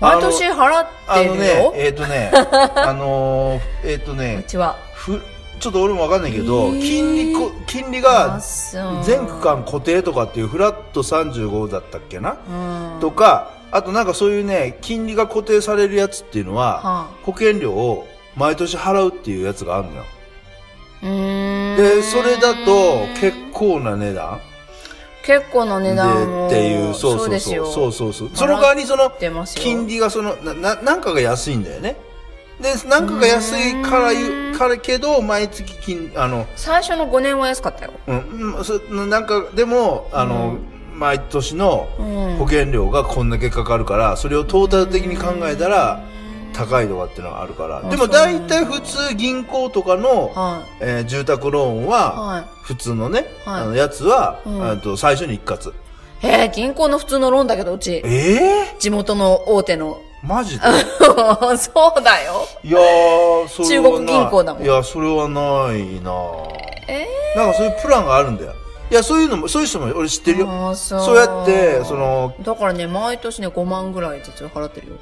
Speaker 1: 毎年払
Speaker 2: あの
Speaker 1: っ
Speaker 2: あの
Speaker 1: てる
Speaker 2: ね
Speaker 1: よ。
Speaker 2: えっ、とねあのーえっ、と
Speaker 1: う
Speaker 2: ね
Speaker 1: ちは。
Speaker 2: ふちょっと俺もわかんないけど、
Speaker 1: えー
Speaker 2: 金利こ金利が
Speaker 1: あそう
Speaker 2: 全区間固定とかっていうフラット35だったっけな、
Speaker 1: うん。
Speaker 2: とかあとなんかそういうね金利が固定されるやつっていうのは、
Speaker 1: は
Speaker 2: 保険料を毎年払うっていうやつがあるのよ
Speaker 1: うーん
Speaker 2: でそれだと結構な値段
Speaker 1: 結構な
Speaker 2: で
Speaker 1: 値段を
Speaker 2: っていうそうそう
Speaker 1: です
Speaker 2: そう
Speaker 1: よ
Speaker 2: そうそうそうその代わりその
Speaker 1: 出ますよ
Speaker 2: 金利がそのなななんかが安いんだよねでなんかが安いからゆからけど毎月金あの
Speaker 1: 最初の5年は安かったよ
Speaker 2: うん、うんそなんかでもあの、毎年の
Speaker 1: うん
Speaker 2: 保険料がこんだけかかるからそれをトータル的に考えたら高いとかっていうのがあるから、でも大体普通銀行とかの、
Speaker 1: は
Speaker 2: えー住宅ローン
Speaker 1: い
Speaker 2: は、
Speaker 1: は
Speaker 2: 普通のね、
Speaker 1: はい
Speaker 2: あのやつは、
Speaker 1: うん
Speaker 2: あと最初に一括
Speaker 1: いえー、銀行の普通のローンだけどうち
Speaker 2: ええ
Speaker 1: 地元の大手の
Speaker 2: マジで
Speaker 1: そうだよ
Speaker 2: いやーそれはない
Speaker 1: 中国銀行だもん
Speaker 2: いやそれはないなぁ
Speaker 1: え
Speaker 2: なんかそういうプランがあるんだよいやそういうのもそういう人も俺知ってる
Speaker 1: ー、
Speaker 2: よ
Speaker 1: あーそう
Speaker 2: そうやってその
Speaker 1: だからね毎年ね5万ぐらいずつ払ってるよ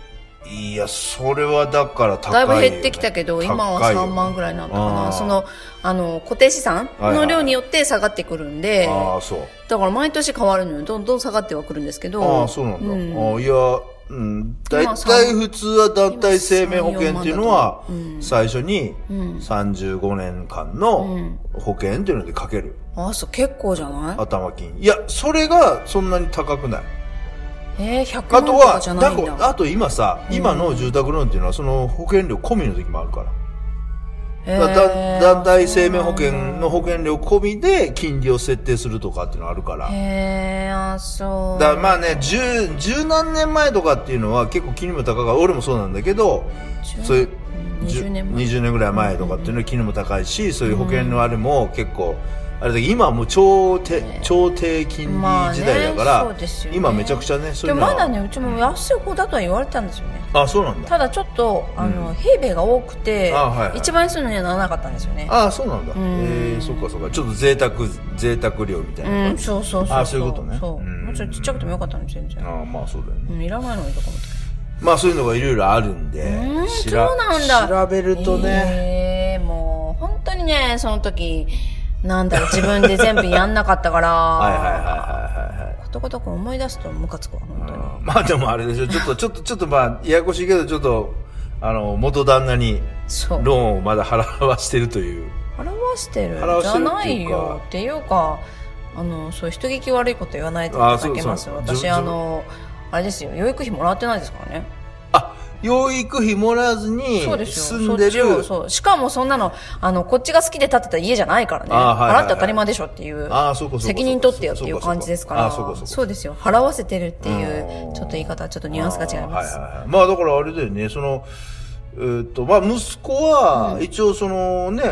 Speaker 2: いや、それはだから高
Speaker 1: だ
Speaker 2: い
Speaker 1: い
Speaker 2: よね、
Speaker 1: ぶ減ってきたけど、今は
Speaker 2: 高いよ
Speaker 1: 3万ぐらいなんだか
Speaker 2: あ
Speaker 1: な
Speaker 2: ー
Speaker 1: そのあの固定資産
Speaker 2: はいは
Speaker 1: の
Speaker 2: い
Speaker 1: 量によって下がってくるんで、
Speaker 2: ああ、そう。
Speaker 1: だから毎年変わるのよどんどん下がってはくるんですけど
Speaker 2: ああ、そうなんだ。
Speaker 1: うん
Speaker 2: ああいや、うん、だい
Speaker 1: 今
Speaker 2: たい
Speaker 1: 三
Speaker 2: 普通は団体生命保険っていうのは
Speaker 1: 今三四万だと思うう、ん
Speaker 2: 最初に
Speaker 1: うん
Speaker 2: 35年間
Speaker 1: う
Speaker 2: の
Speaker 1: ん
Speaker 2: 保険っていうのでかける。
Speaker 1: あそう結構じゃない
Speaker 2: 頭金。いや、それがそんなに高くない。
Speaker 1: えー、100
Speaker 2: あ
Speaker 1: 万
Speaker 2: と
Speaker 1: とか
Speaker 2: は、
Speaker 1: じゃないん
Speaker 2: だから
Speaker 1: だ
Speaker 2: あと今さ、今の住宅ローンっていうのはその保険料込みの時もあるから。
Speaker 1: え
Speaker 2: だ
Speaker 1: ー
Speaker 2: 団体生命保険の保険料込みで金利を設定するとかっていうのあるから。
Speaker 1: へえー、あそう
Speaker 2: だからまあね、十、十何年前とかっていうのは結構金利も高いから、俺もそうなんだけど、
Speaker 1: 十
Speaker 2: そういう、
Speaker 1: 20年前
Speaker 2: 20年ぐらい前とかっていうのは金利も高いし、そういう保険のあれも結構、あれだけど今はもう超低、超低金利
Speaker 1: まあね
Speaker 2: 時代だから、
Speaker 1: そうですよね
Speaker 2: 今めちゃくちゃね、そ
Speaker 1: で
Speaker 2: ういう
Speaker 1: も
Speaker 2: のは
Speaker 1: まだねうちも安い方だとは言われてたんですよね
Speaker 2: あ、そうなんだ。
Speaker 1: ただちょっとあの、平米が多くて、
Speaker 2: あはいはい
Speaker 1: 一番安いのにはならなかったんですよね
Speaker 2: あそうなんだ。
Speaker 1: ん
Speaker 2: ええー、そっかそっか。ちょっと贅沢、贅沢料みたいな。
Speaker 1: うんそうそうそう
Speaker 2: あそういうことね
Speaker 1: そう
Speaker 2: うん
Speaker 1: もちろんちっちゃくてもよかったのに全然
Speaker 2: ああ、まあそうだよね。
Speaker 1: うんいらないのにとか思って
Speaker 2: まあそういうのがいろいろあるんで、
Speaker 1: うん
Speaker 2: しら
Speaker 1: そうなんだ
Speaker 2: 調べるとね、
Speaker 1: えーもう本当にねその時なん だろう自分で全部やんなかったから
Speaker 2: はいはいはいはいはいはい。
Speaker 1: ことごとく思い出すとムカつくわ本当に
Speaker 2: まあでもあれでしょ、ちょっと、ちょっと、ちょっとまあ、ややこしいけど、ちょっと、あの、元旦那に、
Speaker 1: そう
Speaker 2: ローンをまだ払わしてるという。
Speaker 1: 払わしてる
Speaker 2: 払わ
Speaker 1: じ
Speaker 2: し
Speaker 1: ゃ
Speaker 2: てるっ
Speaker 1: な
Speaker 2: て
Speaker 1: い
Speaker 2: いうか
Speaker 1: よっていうかあのそう人聞き悪いこと言わないでいただけます
Speaker 2: あそうそう自
Speaker 1: 私
Speaker 2: 分
Speaker 1: あのあれですよ養育費もらってないですからね
Speaker 2: あ、養育費もらわずに
Speaker 1: そう、ですよ
Speaker 2: 住んでる。
Speaker 1: そっちをそうしかもそんなのあのこっちが好きで建てた家じゃないからね、
Speaker 2: あはいはいは
Speaker 1: 払
Speaker 2: い
Speaker 1: って当たり前でしょっていう
Speaker 2: あそうかそうかそうか
Speaker 1: 責任取ってよってい
Speaker 2: そう
Speaker 1: う
Speaker 2: かそうか
Speaker 1: 感じですから
Speaker 2: あそうかそうか
Speaker 1: ですよ払わせてるって
Speaker 2: う
Speaker 1: い
Speaker 2: ん
Speaker 1: うちょっと言い方はちょっとニュアンスが違います
Speaker 2: あーはいはいはい。まあだからあれだよね、その、えーっと、まあ息子は、一応そのね、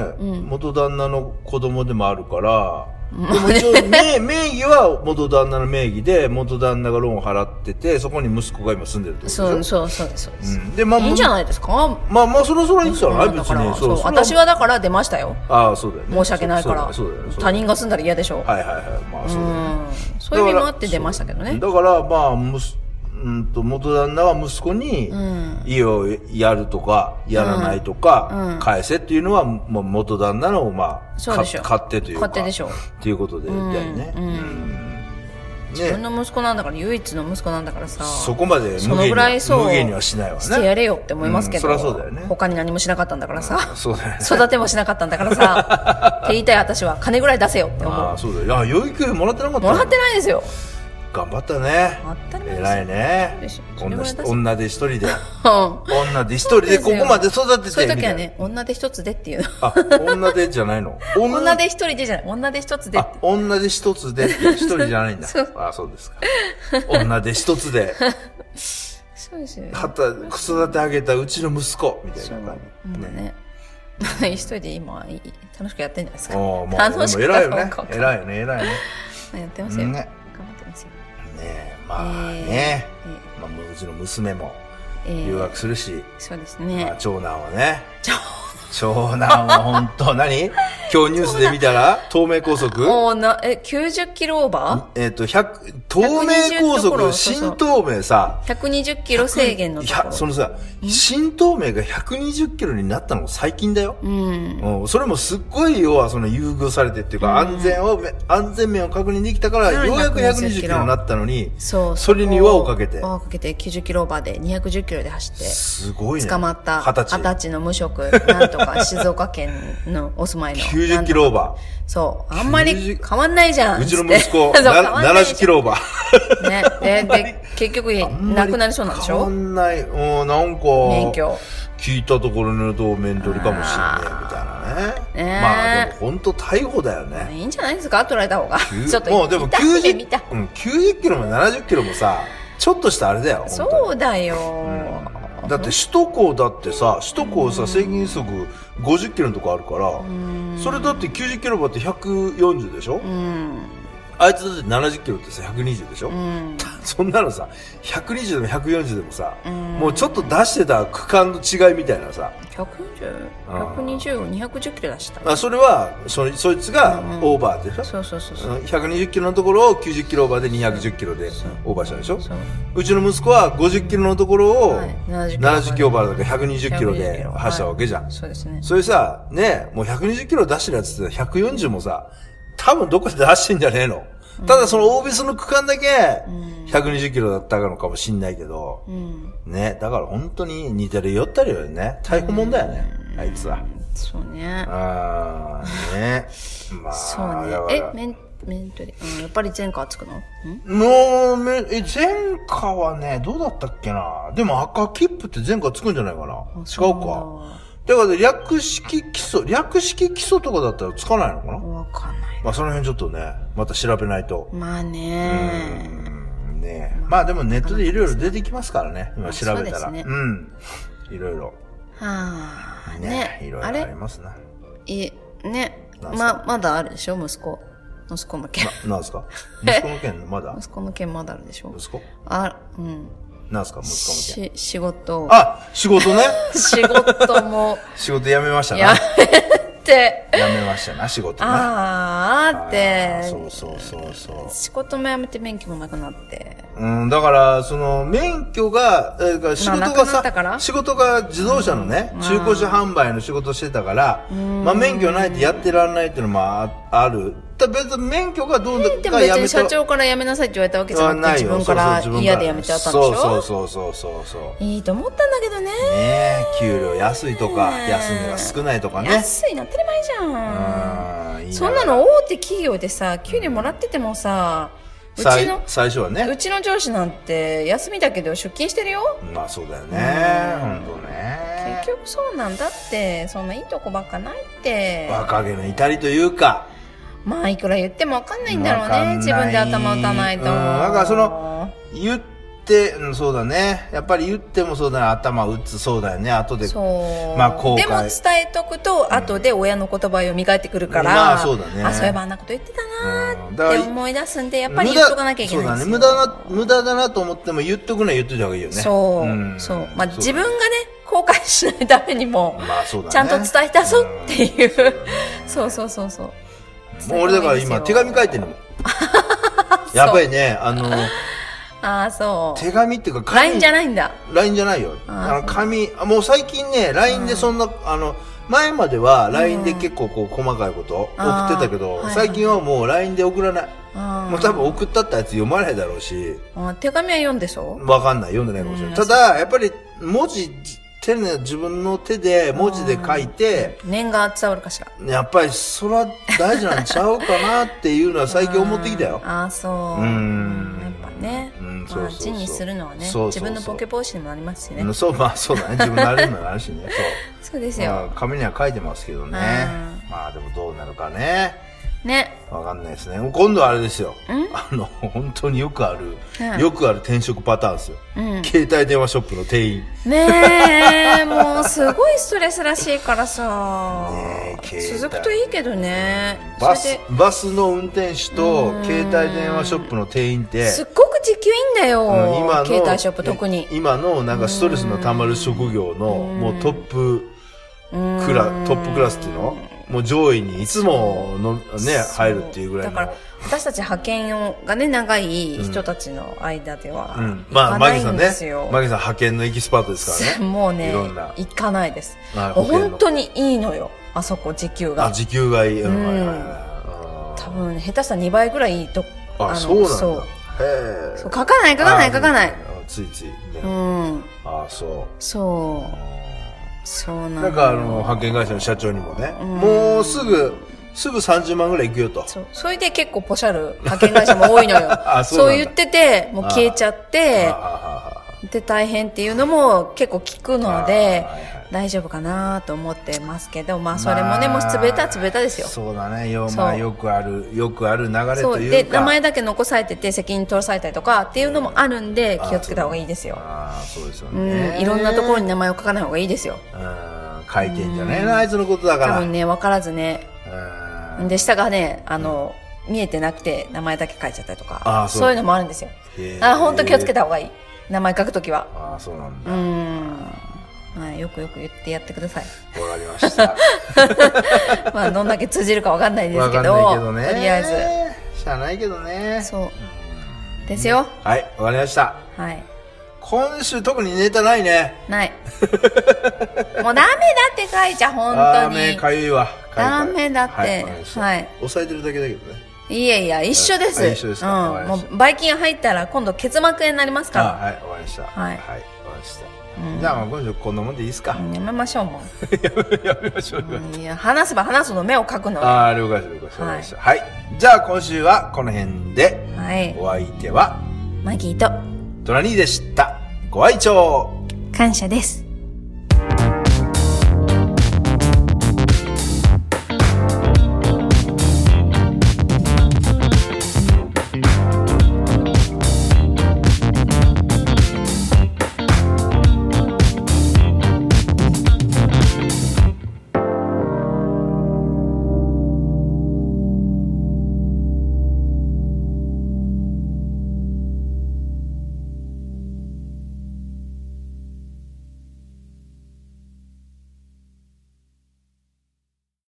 Speaker 2: 元旦那の子供でもあるから、でも一応名、名義は元旦那の名義で、元旦那がローンを払ってて、そこに息子が今住んでるってことでしょ
Speaker 1: そうそうそうですそうです、
Speaker 2: うんで、まあ、
Speaker 1: いいんじゃないですか
Speaker 2: まあまあ、そろそろいいんじゃない
Speaker 1: だ
Speaker 2: 別
Speaker 1: から
Speaker 2: に。
Speaker 1: そう
Speaker 2: そんな
Speaker 1: 私はだから出ましたよ
Speaker 2: ああ、そうだよね。
Speaker 1: 申し訳ないから、
Speaker 2: そうだよね。そうだ
Speaker 1: 他
Speaker 2: よね
Speaker 1: 人が住んだら嫌でしょ、
Speaker 2: はいはいはい。まあ、そうだよね。
Speaker 1: うん、そういう意味もあって出ましたけどね
Speaker 2: だから、まあ、むす、うんと、元旦那は息子に、家をやるとか、やらないとか、返せっていうのは、もう元旦那の、まあ、
Speaker 1: そうでしょ
Speaker 2: か勝手というか。
Speaker 1: 勝手でしょ
Speaker 2: っていうことで、だよね。うん
Speaker 1: 自分
Speaker 2: ね。
Speaker 1: の息子なんだから唯一の息子なんだからさ
Speaker 2: そこまで無
Speaker 1: その
Speaker 2: 限
Speaker 1: ぐ
Speaker 2: に
Speaker 1: らい
Speaker 2: は、
Speaker 1: そう
Speaker 2: 無限にはしないわ
Speaker 1: してや
Speaker 2: ね。
Speaker 1: れよって思いますけど、
Speaker 2: うんそりゃそうだよね
Speaker 1: 他に何もしなかったんだからさ、
Speaker 2: そうだよね。
Speaker 1: 育てもしなかったんだからさって言いたい私は金ぐらい出せよって思
Speaker 2: あ
Speaker 1: う
Speaker 2: あ、そうだよ。いや、養育費もらってなかった
Speaker 1: も
Speaker 2: の
Speaker 1: らってないですよ
Speaker 2: 頑張ったね。
Speaker 1: 当たり前ですよ
Speaker 2: 偉いね
Speaker 1: そ。れぐら
Speaker 2: 女
Speaker 1: い
Speaker 2: し
Speaker 1: 出せ
Speaker 2: 女で一人で。
Speaker 1: うん
Speaker 2: 女で一人でここまで育てて
Speaker 1: そういう
Speaker 2: み
Speaker 1: 時
Speaker 2: た
Speaker 1: はい
Speaker 2: な
Speaker 1: ね女で一つでって いう
Speaker 2: あ、女でじゃないの。
Speaker 1: 女で一人でじゃない女で一つでっ
Speaker 2: あ
Speaker 1: て、
Speaker 2: 女で一つでって、一人じゃないんだ。あ、そうですか。女で一つで。
Speaker 1: そうですよね。
Speaker 2: 旗、子育てあげたうちの息子みたい
Speaker 1: そう
Speaker 2: な
Speaker 1: も
Speaker 2: 感
Speaker 1: う
Speaker 2: じ。ね。
Speaker 1: ね。一人で今、いい楽しくやってんじゃないですか。
Speaker 2: おーまあ、でも
Speaker 1: 楽しく
Speaker 2: 偉いよね
Speaker 1: か。どうか
Speaker 2: 偉いよね、偉いよ
Speaker 1: やってます
Speaker 2: ね。
Speaker 1: よ。
Speaker 2: ね。
Speaker 1: 頑張ってますよ。
Speaker 2: ねまあね。まあ、うちの娘も
Speaker 1: えーえー
Speaker 2: 留学するし、
Speaker 1: そうです
Speaker 2: ま
Speaker 1: ね
Speaker 2: あ、。長男はね。
Speaker 1: ちょ
Speaker 2: 長男は本 当何今日ニュースで見たら、東名高速
Speaker 1: もうな、え、90キロオーバ
Speaker 2: えっ、と、100、東名高
Speaker 1: 120ところ
Speaker 2: 速、
Speaker 1: そうそう
Speaker 2: 新東名さ、
Speaker 1: ー ?120 キロ制限の
Speaker 2: い
Speaker 1: とこ
Speaker 2: や、そ
Speaker 1: ろ。
Speaker 2: のさ、新東名が120キロになったのが最近だよ。
Speaker 1: うん。
Speaker 2: うん、それもすっごい要はその優遇されてっていうか、安全をめ、安全面を確認できたから、
Speaker 1: うん
Speaker 2: ようやく120
Speaker 1: 120
Speaker 2: キロになったのに、
Speaker 1: そう。
Speaker 2: それに輪をかけて
Speaker 1: 輪をかけて90キロオーバーで210キロで走っ
Speaker 2: すごい
Speaker 1: て、
Speaker 2: ね。
Speaker 1: 捕まった
Speaker 2: 二十歳。
Speaker 1: の無職、なんとか静岡県のお住まいの。
Speaker 2: 90キロオーバ
Speaker 1: そう。あんまり
Speaker 2: 90
Speaker 1: 変わんないじゃん。
Speaker 2: ー。うちの息子、
Speaker 1: つって そう変
Speaker 2: な
Speaker 1: わんないじゃん
Speaker 2: 70キロオーバー。
Speaker 1: ね。で、で、結局、 なくなりそうなんでし
Speaker 2: 変わ
Speaker 1: ょ
Speaker 2: んない。うん、なんか、
Speaker 1: 免許。
Speaker 2: 聞いたところのと面取りかもしんねえ、みたいなね。
Speaker 1: ねえ
Speaker 2: まあでも本当逮捕だよね。
Speaker 1: いいんじゃないですか取られた方 が。ちょっと。
Speaker 2: もうでも
Speaker 1: 痛い目見た
Speaker 2: 90、うん、90キロも70キロもさ、ちょっとしたあれだよ、本当に
Speaker 1: そうだよ。
Speaker 2: だって首都高だってさ、首都高さ制限速50キロのとこあるから、それだって90キロバって140でし
Speaker 1: う
Speaker 2: ょ
Speaker 1: ん。
Speaker 2: あいつだって70キロってさ、120でしょ
Speaker 1: うん。
Speaker 2: そんなのさ、120でも140でもさ、
Speaker 1: ん
Speaker 2: もうちょっと出してた区間の違いみたいなさ、
Speaker 1: 140
Speaker 2: あ、
Speaker 1: 120、210キロ出した。
Speaker 2: あそれはそ、そいつがオーバーでしょ、
Speaker 1: そうそうそうそう。
Speaker 2: 120キロのところを90キロオーバーで210キロでオーバーしたでしょ
Speaker 1: そう
Speaker 2: うちの息子は50キロのところを
Speaker 1: はい
Speaker 2: 70キロオーバーだから120キロ
Speaker 1: 120キ
Speaker 2: で
Speaker 1: ロ
Speaker 2: 走ったわけじゃん。
Speaker 1: そうですね。
Speaker 2: それさ、ね、もう120キロ出してるやつって140もさ、多分どこで出してんじゃねえの。ただそのオービスの区間だけ120キロだったのかもしんないけど、
Speaker 1: うん。
Speaker 2: ね、だから本当に似てるよったりよね。逮捕もんだよね、あいつは。
Speaker 1: そうね。
Speaker 2: あー、 ね。まあ、
Speaker 1: そうね
Speaker 2: だか。
Speaker 1: え
Speaker 2: ら、
Speaker 1: メン、メントリ、うん、やっぱり前科つくのん
Speaker 2: もうめ、え、前科はね、どうだったっけな。でも赤切符って前科つくんじゃないかな。違
Speaker 1: そうう
Speaker 2: か。だから略式基礎、略式基礎とかだったらつかないのかな。
Speaker 1: わかんない。
Speaker 2: まあその辺ちょっとね、また調べないと。
Speaker 1: まあ
Speaker 2: う
Speaker 1: ね。
Speaker 2: ん、ねまあでもネットでいろいろ出てきますからね、今調べた
Speaker 1: そ
Speaker 2: ら。
Speaker 1: う
Speaker 2: う
Speaker 1: ですね
Speaker 2: ん。いろいろ。
Speaker 1: はあ。
Speaker 2: ね、い
Speaker 1: ね
Speaker 2: ろ。いろ
Speaker 1: あ
Speaker 2: あり
Speaker 1: れ
Speaker 2: ますな。
Speaker 1: い、ね。
Speaker 2: なんすか
Speaker 1: ま、まだあるでしょ息子。息子向け。
Speaker 2: なんですか息子の件のまだ
Speaker 1: 息子向けまだあるでしょ
Speaker 2: 息子
Speaker 1: あ、うん。
Speaker 2: なんですか息子の件。
Speaker 1: し、仕事。
Speaker 2: あ仕事ね
Speaker 1: 仕事も、
Speaker 2: 仕事辞めましたな。
Speaker 1: や
Speaker 2: 辞
Speaker 1: めて。
Speaker 2: めましたな、仕事な。
Speaker 1: あーあっ
Speaker 2: あー
Speaker 1: て。
Speaker 2: そうそうそうそう。
Speaker 1: 仕事も辞めて免許もなくなって。
Speaker 2: うん、だから、その、免許が、えーだから仕事
Speaker 1: まあなく
Speaker 2: が
Speaker 1: なった
Speaker 2: さ、
Speaker 1: から
Speaker 2: 仕事が自動車のね、中古車販売の仕事してたから、まあ免許ないとやってらんないっていうのもあある。ただ別に免許がどうだ
Speaker 1: でも
Speaker 2: か
Speaker 1: 別
Speaker 2: やめ
Speaker 1: に
Speaker 2: た
Speaker 1: 社長から辞めなさいって言われたわけじ
Speaker 2: は
Speaker 1: ゃなく
Speaker 2: ない
Speaker 1: て、
Speaker 2: よ。
Speaker 1: 自分から
Speaker 2: そうそう
Speaker 1: 嫌で辞めちゃったんでしょ
Speaker 2: そうそうそうそうそうそう。
Speaker 1: いいと思ったんだけどね。
Speaker 2: ねえ、給料安いとか、
Speaker 1: ねえ
Speaker 2: 休みが少ないとかね。
Speaker 1: 安いな、当たり前じゃん。
Speaker 2: うんいい
Speaker 1: そんなの大手企業でさ、給料もらっててもさ、う
Speaker 2: さい
Speaker 1: ちの、
Speaker 2: 最初は
Speaker 1: う
Speaker 2: ね。
Speaker 1: ちの上司なんて休みだけど出勤してるよ。
Speaker 2: まあそうだよね。ほんとね。
Speaker 1: 結局そうなんだって、そんないいとこばっかないって。
Speaker 2: 若気の至りというか、
Speaker 1: まあ、いくら言ってもわかんないんだろう
Speaker 2: わかんな
Speaker 1: ね。
Speaker 2: い
Speaker 1: 自分で頭打たないと。
Speaker 2: うんなんかその、言って、うん、そうだね。やっぱり言ってもそうだね。頭打つそうだよね。後で。
Speaker 1: そう。
Speaker 2: まあ後悔
Speaker 1: でも伝えとくと、後で親の言葉を蘇ってくるから。
Speaker 2: まあそうだね
Speaker 1: あ、そういえばあんなこと言ってたな
Speaker 2: うんだから
Speaker 1: ーって思い出すんで、やっぱり言っとかなきゃいけないんですよ。
Speaker 2: 無駄そうだね。無駄な、無駄だなと思っても言っとくのは言っといた方がいいよね。
Speaker 1: そう、
Speaker 2: ん
Speaker 1: そう。まあ、
Speaker 2: そう
Speaker 1: 自分がね、後悔しないためにも、
Speaker 2: まあそうだね。
Speaker 1: ちゃんと伝えたぞっていう。 そうそうそうそう。
Speaker 2: うんもう俺だから今手紙書い てるもん。やばいね。あの、
Speaker 1: ああ、そう。
Speaker 2: 手紙っていうか、
Speaker 1: LINE じゃないんだ。
Speaker 2: LINE じゃないよ。
Speaker 1: あ
Speaker 2: あの紙、あもう最近ね、LINE でそんな、あの、前までは LINE で結構こう細かいこと送ってたけ
Speaker 1: あー
Speaker 2: ど、
Speaker 1: はい
Speaker 2: 最近はもう LINE で送らない。
Speaker 1: も
Speaker 2: もう多分送ったってやつ読まないだろうし、
Speaker 1: 手紙は読んでしょ
Speaker 2: わかんない、読んでないかもしれない。
Speaker 1: う
Speaker 2: ただ、やっぱり文字、手で、自分の手で文字で書いて、
Speaker 1: 念が伝わるかしら。
Speaker 2: やっぱりそれは大事なんちゃうかなっていうのは最近思ってきたよ。
Speaker 1: ああ、そう。
Speaker 2: うん
Speaker 1: やっぱね。
Speaker 2: うんそう
Speaker 1: ま
Speaker 2: そ
Speaker 1: あ
Speaker 2: うそ
Speaker 1: 字
Speaker 2: う
Speaker 1: にするのはね
Speaker 2: そうそうそう
Speaker 1: 自分のポケ防止にもなりますしね。
Speaker 2: うんそう、まあそうだね。自分なれるのもあるしね。そう。
Speaker 1: そうです
Speaker 2: まあ
Speaker 1: よ。
Speaker 2: 紙には書いてますけどね
Speaker 1: うん
Speaker 2: まあでもどうなるかね
Speaker 1: ね。
Speaker 2: わかんないですね。今度はあれですよ
Speaker 1: ん。
Speaker 2: あの、本当によくある、
Speaker 1: はい
Speaker 2: よくある転職パターンですよ。
Speaker 1: うん
Speaker 2: 携帯電話ショップの店員。
Speaker 1: ねえ、もうすごいストレスらしいからさ。
Speaker 2: ねえ携帯
Speaker 1: 続くといいけどね。
Speaker 2: バ
Speaker 1: それ
Speaker 2: ス、バスの運転手と
Speaker 1: うん
Speaker 2: 携帯電話ショップの店員って
Speaker 1: で、すっごく時給いいんだよ。
Speaker 2: うん今の
Speaker 1: 携帯ショップ特に。
Speaker 2: 今のなんかストレスのたまる職業のもうトップクラトップクラスっていうのもう上位にいつものね
Speaker 1: そう
Speaker 2: 入るっていうぐらい
Speaker 1: だから
Speaker 2: の、
Speaker 1: 私たち派遣をがね、長い人たちの間では、
Speaker 2: うん、
Speaker 1: 行
Speaker 2: ま
Speaker 1: か
Speaker 2: あマ
Speaker 1: な
Speaker 2: ギ
Speaker 1: い
Speaker 2: さ
Speaker 1: ん
Speaker 2: ん
Speaker 1: で
Speaker 2: ね
Speaker 1: すよ。
Speaker 2: マギさん派遣のエキスパートですからね
Speaker 1: もうね、
Speaker 2: いろんな
Speaker 1: 行かないです。
Speaker 2: はい保険の
Speaker 1: 本当にいいのよ、あそこ、時給
Speaker 2: あ
Speaker 1: が。
Speaker 2: 時給がいい、うん
Speaker 1: うん
Speaker 2: はいはいは
Speaker 1: 多分、下手したら2倍ぐらいいいと。
Speaker 2: いあ
Speaker 1: の
Speaker 2: そうなんだ
Speaker 1: そう
Speaker 2: へえ
Speaker 1: そう書かない、書かない、書かない。
Speaker 2: あついつい、ね
Speaker 1: うん。
Speaker 2: あそ
Speaker 1: そうう。そうなの
Speaker 2: なんかあの派遣会社の社長にもね、もうすぐすぐ30万ぐらいいくよと
Speaker 1: そう。それで結構ポシャる派遣会社も多いのよ
Speaker 2: あ。そう
Speaker 1: そ
Speaker 2: なんだ
Speaker 1: う言ってて、もう消えちゃっ
Speaker 2: あ
Speaker 1: て、
Speaker 2: あ
Speaker 1: で大変っていうのも結構聞くので
Speaker 2: あーはいはい、
Speaker 1: 大丈夫かなと思ってますけど、まあそれもね、もう
Speaker 2: まあ
Speaker 1: 潰れたら潰れたですよ。
Speaker 2: そうだねよ,、
Speaker 1: そう
Speaker 2: まあ、よくあるよくある流れ
Speaker 1: そ
Speaker 2: と
Speaker 1: う。
Speaker 2: い
Speaker 1: で、
Speaker 2: うか
Speaker 1: 名前だけ残されてて責任取らされたりとかっていうのもあるんで、気をつけた方がいいですよ。
Speaker 2: ああそうですよ
Speaker 1: う
Speaker 2: ね
Speaker 1: ん。いろんなところに名前を書かない方がいいですよ。
Speaker 2: うん書いてんじゃないなあいつのことだか
Speaker 1: 多
Speaker 2: ら
Speaker 1: 分ね、わからずね。
Speaker 2: うん
Speaker 1: で、下がね、あの、見えてなくて名前だけ書いちゃったりと
Speaker 2: あ
Speaker 1: か
Speaker 2: ー、そう
Speaker 1: そういうのもあるんですよ。
Speaker 2: へー
Speaker 1: あ、本当気をつけた方がいい。名前書くときは。
Speaker 2: ああそうなん
Speaker 1: う
Speaker 2: だ
Speaker 1: ー
Speaker 2: わ、
Speaker 1: ん。まあ、よくよく言ってやってくだ さい。
Speaker 2: かりました
Speaker 1: まあ、どんだけ通じるかわかんないです
Speaker 2: わ
Speaker 1: け
Speaker 2: かん
Speaker 1: ど、
Speaker 2: ないけどね
Speaker 1: とりあえ
Speaker 2: ずしゃあないけどね
Speaker 1: ず。そう。ですよ。
Speaker 2: はいわかりました
Speaker 1: はい。
Speaker 2: 今週特にネタないね
Speaker 1: ない。 もうダメだって書いちゃ、本
Speaker 2: あー
Speaker 1: 当
Speaker 2: 目
Speaker 1: に。
Speaker 2: かゆいわ
Speaker 1: ダメだって
Speaker 2: はいわかりました
Speaker 1: はい
Speaker 2: 押さえてるだけだけどね
Speaker 1: いやいや、一緒です。
Speaker 2: あ一緒ですかわか
Speaker 1: うん。
Speaker 2: り
Speaker 1: も
Speaker 2: ました
Speaker 1: う、ばい菌入ったら、今度結膜炎になります
Speaker 2: あ
Speaker 1: か
Speaker 2: はいわかりました
Speaker 1: はい
Speaker 2: はいわかりました、じゃあまあ今週こんなもんでいいです
Speaker 1: ら。
Speaker 2: か
Speaker 1: う、んやめましょう、も
Speaker 2: やめましょう、
Speaker 1: ううん。いや、話せば話すの目を描くの。は
Speaker 2: ああ了解です了解ですわかりましたはい、じゃあ今週はこの辺で
Speaker 1: い。
Speaker 2: お相手は
Speaker 1: マギーと、
Speaker 2: トラニーでしたご愛聴
Speaker 1: 感謝です。